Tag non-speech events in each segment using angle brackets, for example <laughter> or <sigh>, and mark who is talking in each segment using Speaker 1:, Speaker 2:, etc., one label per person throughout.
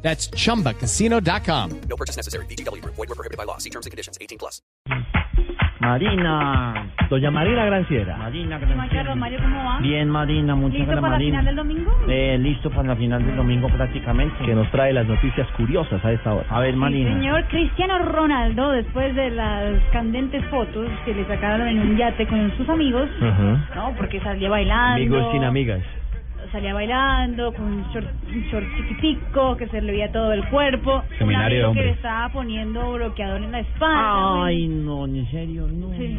Speaker 1: That's chumbacasino.com.
Speaker 2: No purchase necessary. BGW. Void were prohibited by law. See terms and conditions. 18 plus.
Speaker 3: Marina,
Speaker 4: Doña Marina Granciera.
Speaker 3: Marina,
Speaker 5: Juan Carlos
Speaker 3: gracias.
Speaker 5: Mario, ¿cómo va?
Speaker 3: Bien, Marina, muchas
Speaker 5: ¿Listo
Speaker 3: gracias,
Speaker 5: para la final del
Speaker 3: Marina.
Speaker 5: domingo?
Speaker 3: Eh, listo para la final del domingo prácticamente.
Speaker 4: Que nos trae las noticias curiosas a esta hora.
Speaker 3: A ver,
Speaker 5: Sí,
Speaker 3: Marina.
Speaker 5: señor Cristiano Ronaldo, después de las candentes fotos que le sacaron en un yate con sus amigos,
Speaker 4: Ajá.
Speaker 5: ¿no? Porque salía bailando.
Speaker 4: Amigos sin amigas.
Speaker 5: Salía bailando con un short, un short chiquitico que se le veía todo el cuerpo.
Speaker 4: Seminario de
Speaker 5: un amigo que
Speaker 4: hombres.
Speaker 5: le estaba poniendo bloqueador en la espalda.
Speaker 3: Ay, no, en serio, no. Ah,
Speaker 5: Sí.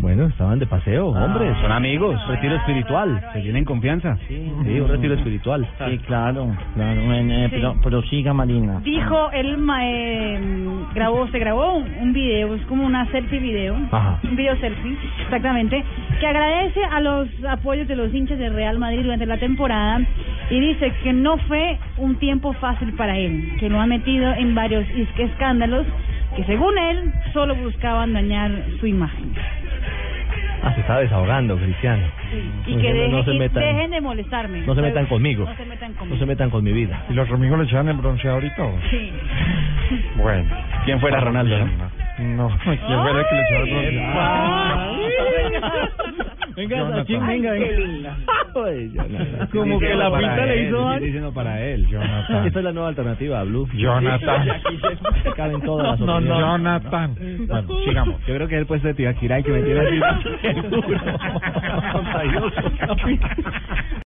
Speaker 4: Bueno, estaban de paseo, hombre. Son amigos.
Speaker 5: Claro, retiro espiritual. claro, Se ahí. tienen
Speaker 4: confianza. Sí, un retiro espiritual.
Speaker 3: Sí, claro, claro. en- eh,
Speaker 5: Sí.
Speaker 3: Pero, pero siga, Marina.
Speaker 5: Dijo, él ma- eh, grabó, se grabó un, un video, es como una selfie video,
Speaker 4: Ajá.
Speaker 5: un video selfie, exactamente, que agradece a los apoyos de los hinchas del Real Madrid durante la temporada y dice que no fue un tiempo fácil para él, que lo ha metido en varios isque escándalos que según él solo buscaban dañar su imagen.
Speaker 4: Ah, se está desahogando, Cristiano.
Speaker 5: Y
Speaker 4: Diciendo,
Speaker 5: que deje-
Speaker 4: no se
Speaker 5: y
Speaker 4: metan.
Speaker 5: dejen de molestarme.
Speaker 4: No se metan conmigo.
Speaker 5: No se metan
Speaker 4: No se
Speaker 5: conmigo.
Speaker 4: metan con mi vida.
Speaker 6: ¿Y los amigos le echaban el bronceador y todo?
Speaker 5: Sí.
Speaker 6: Bueno.
Speaker 4: ¿Quién fuera Ronaldo?
Speaker 6: No, ¿quién fue el que le echaba el
Speaker 4: Ah.
Speaker 5: Ay. <laughs>
Speaker 6: bronceador?
Speaker 4: Venga,
Speaker 6: Jonathan.
Speaker 4: Sachin, venga, venga. Ay, Jonathan. Como que la pinta le hizo daño.
Speaker 6: diciendo para él,
Speaker 4: <laughs>
Speaker 6: Jonathan.
Speaker 4: Esta es la nueva alternativa a Blue. <laughs>
Speaker 6: Jonathan.
Speaker 4: Caben todas las
Speaker 6: <laughs> No, no,
Speaker 4: opiniones.
Speaker 6: Jonathan. Bueno, sigamos.
Speaker 4: Yo creo que él <laughs>
Speaker 6: <laughs>
Speaker 4: puesto de tía Kiray que me tiene así.
Speaker 6: Contagioso.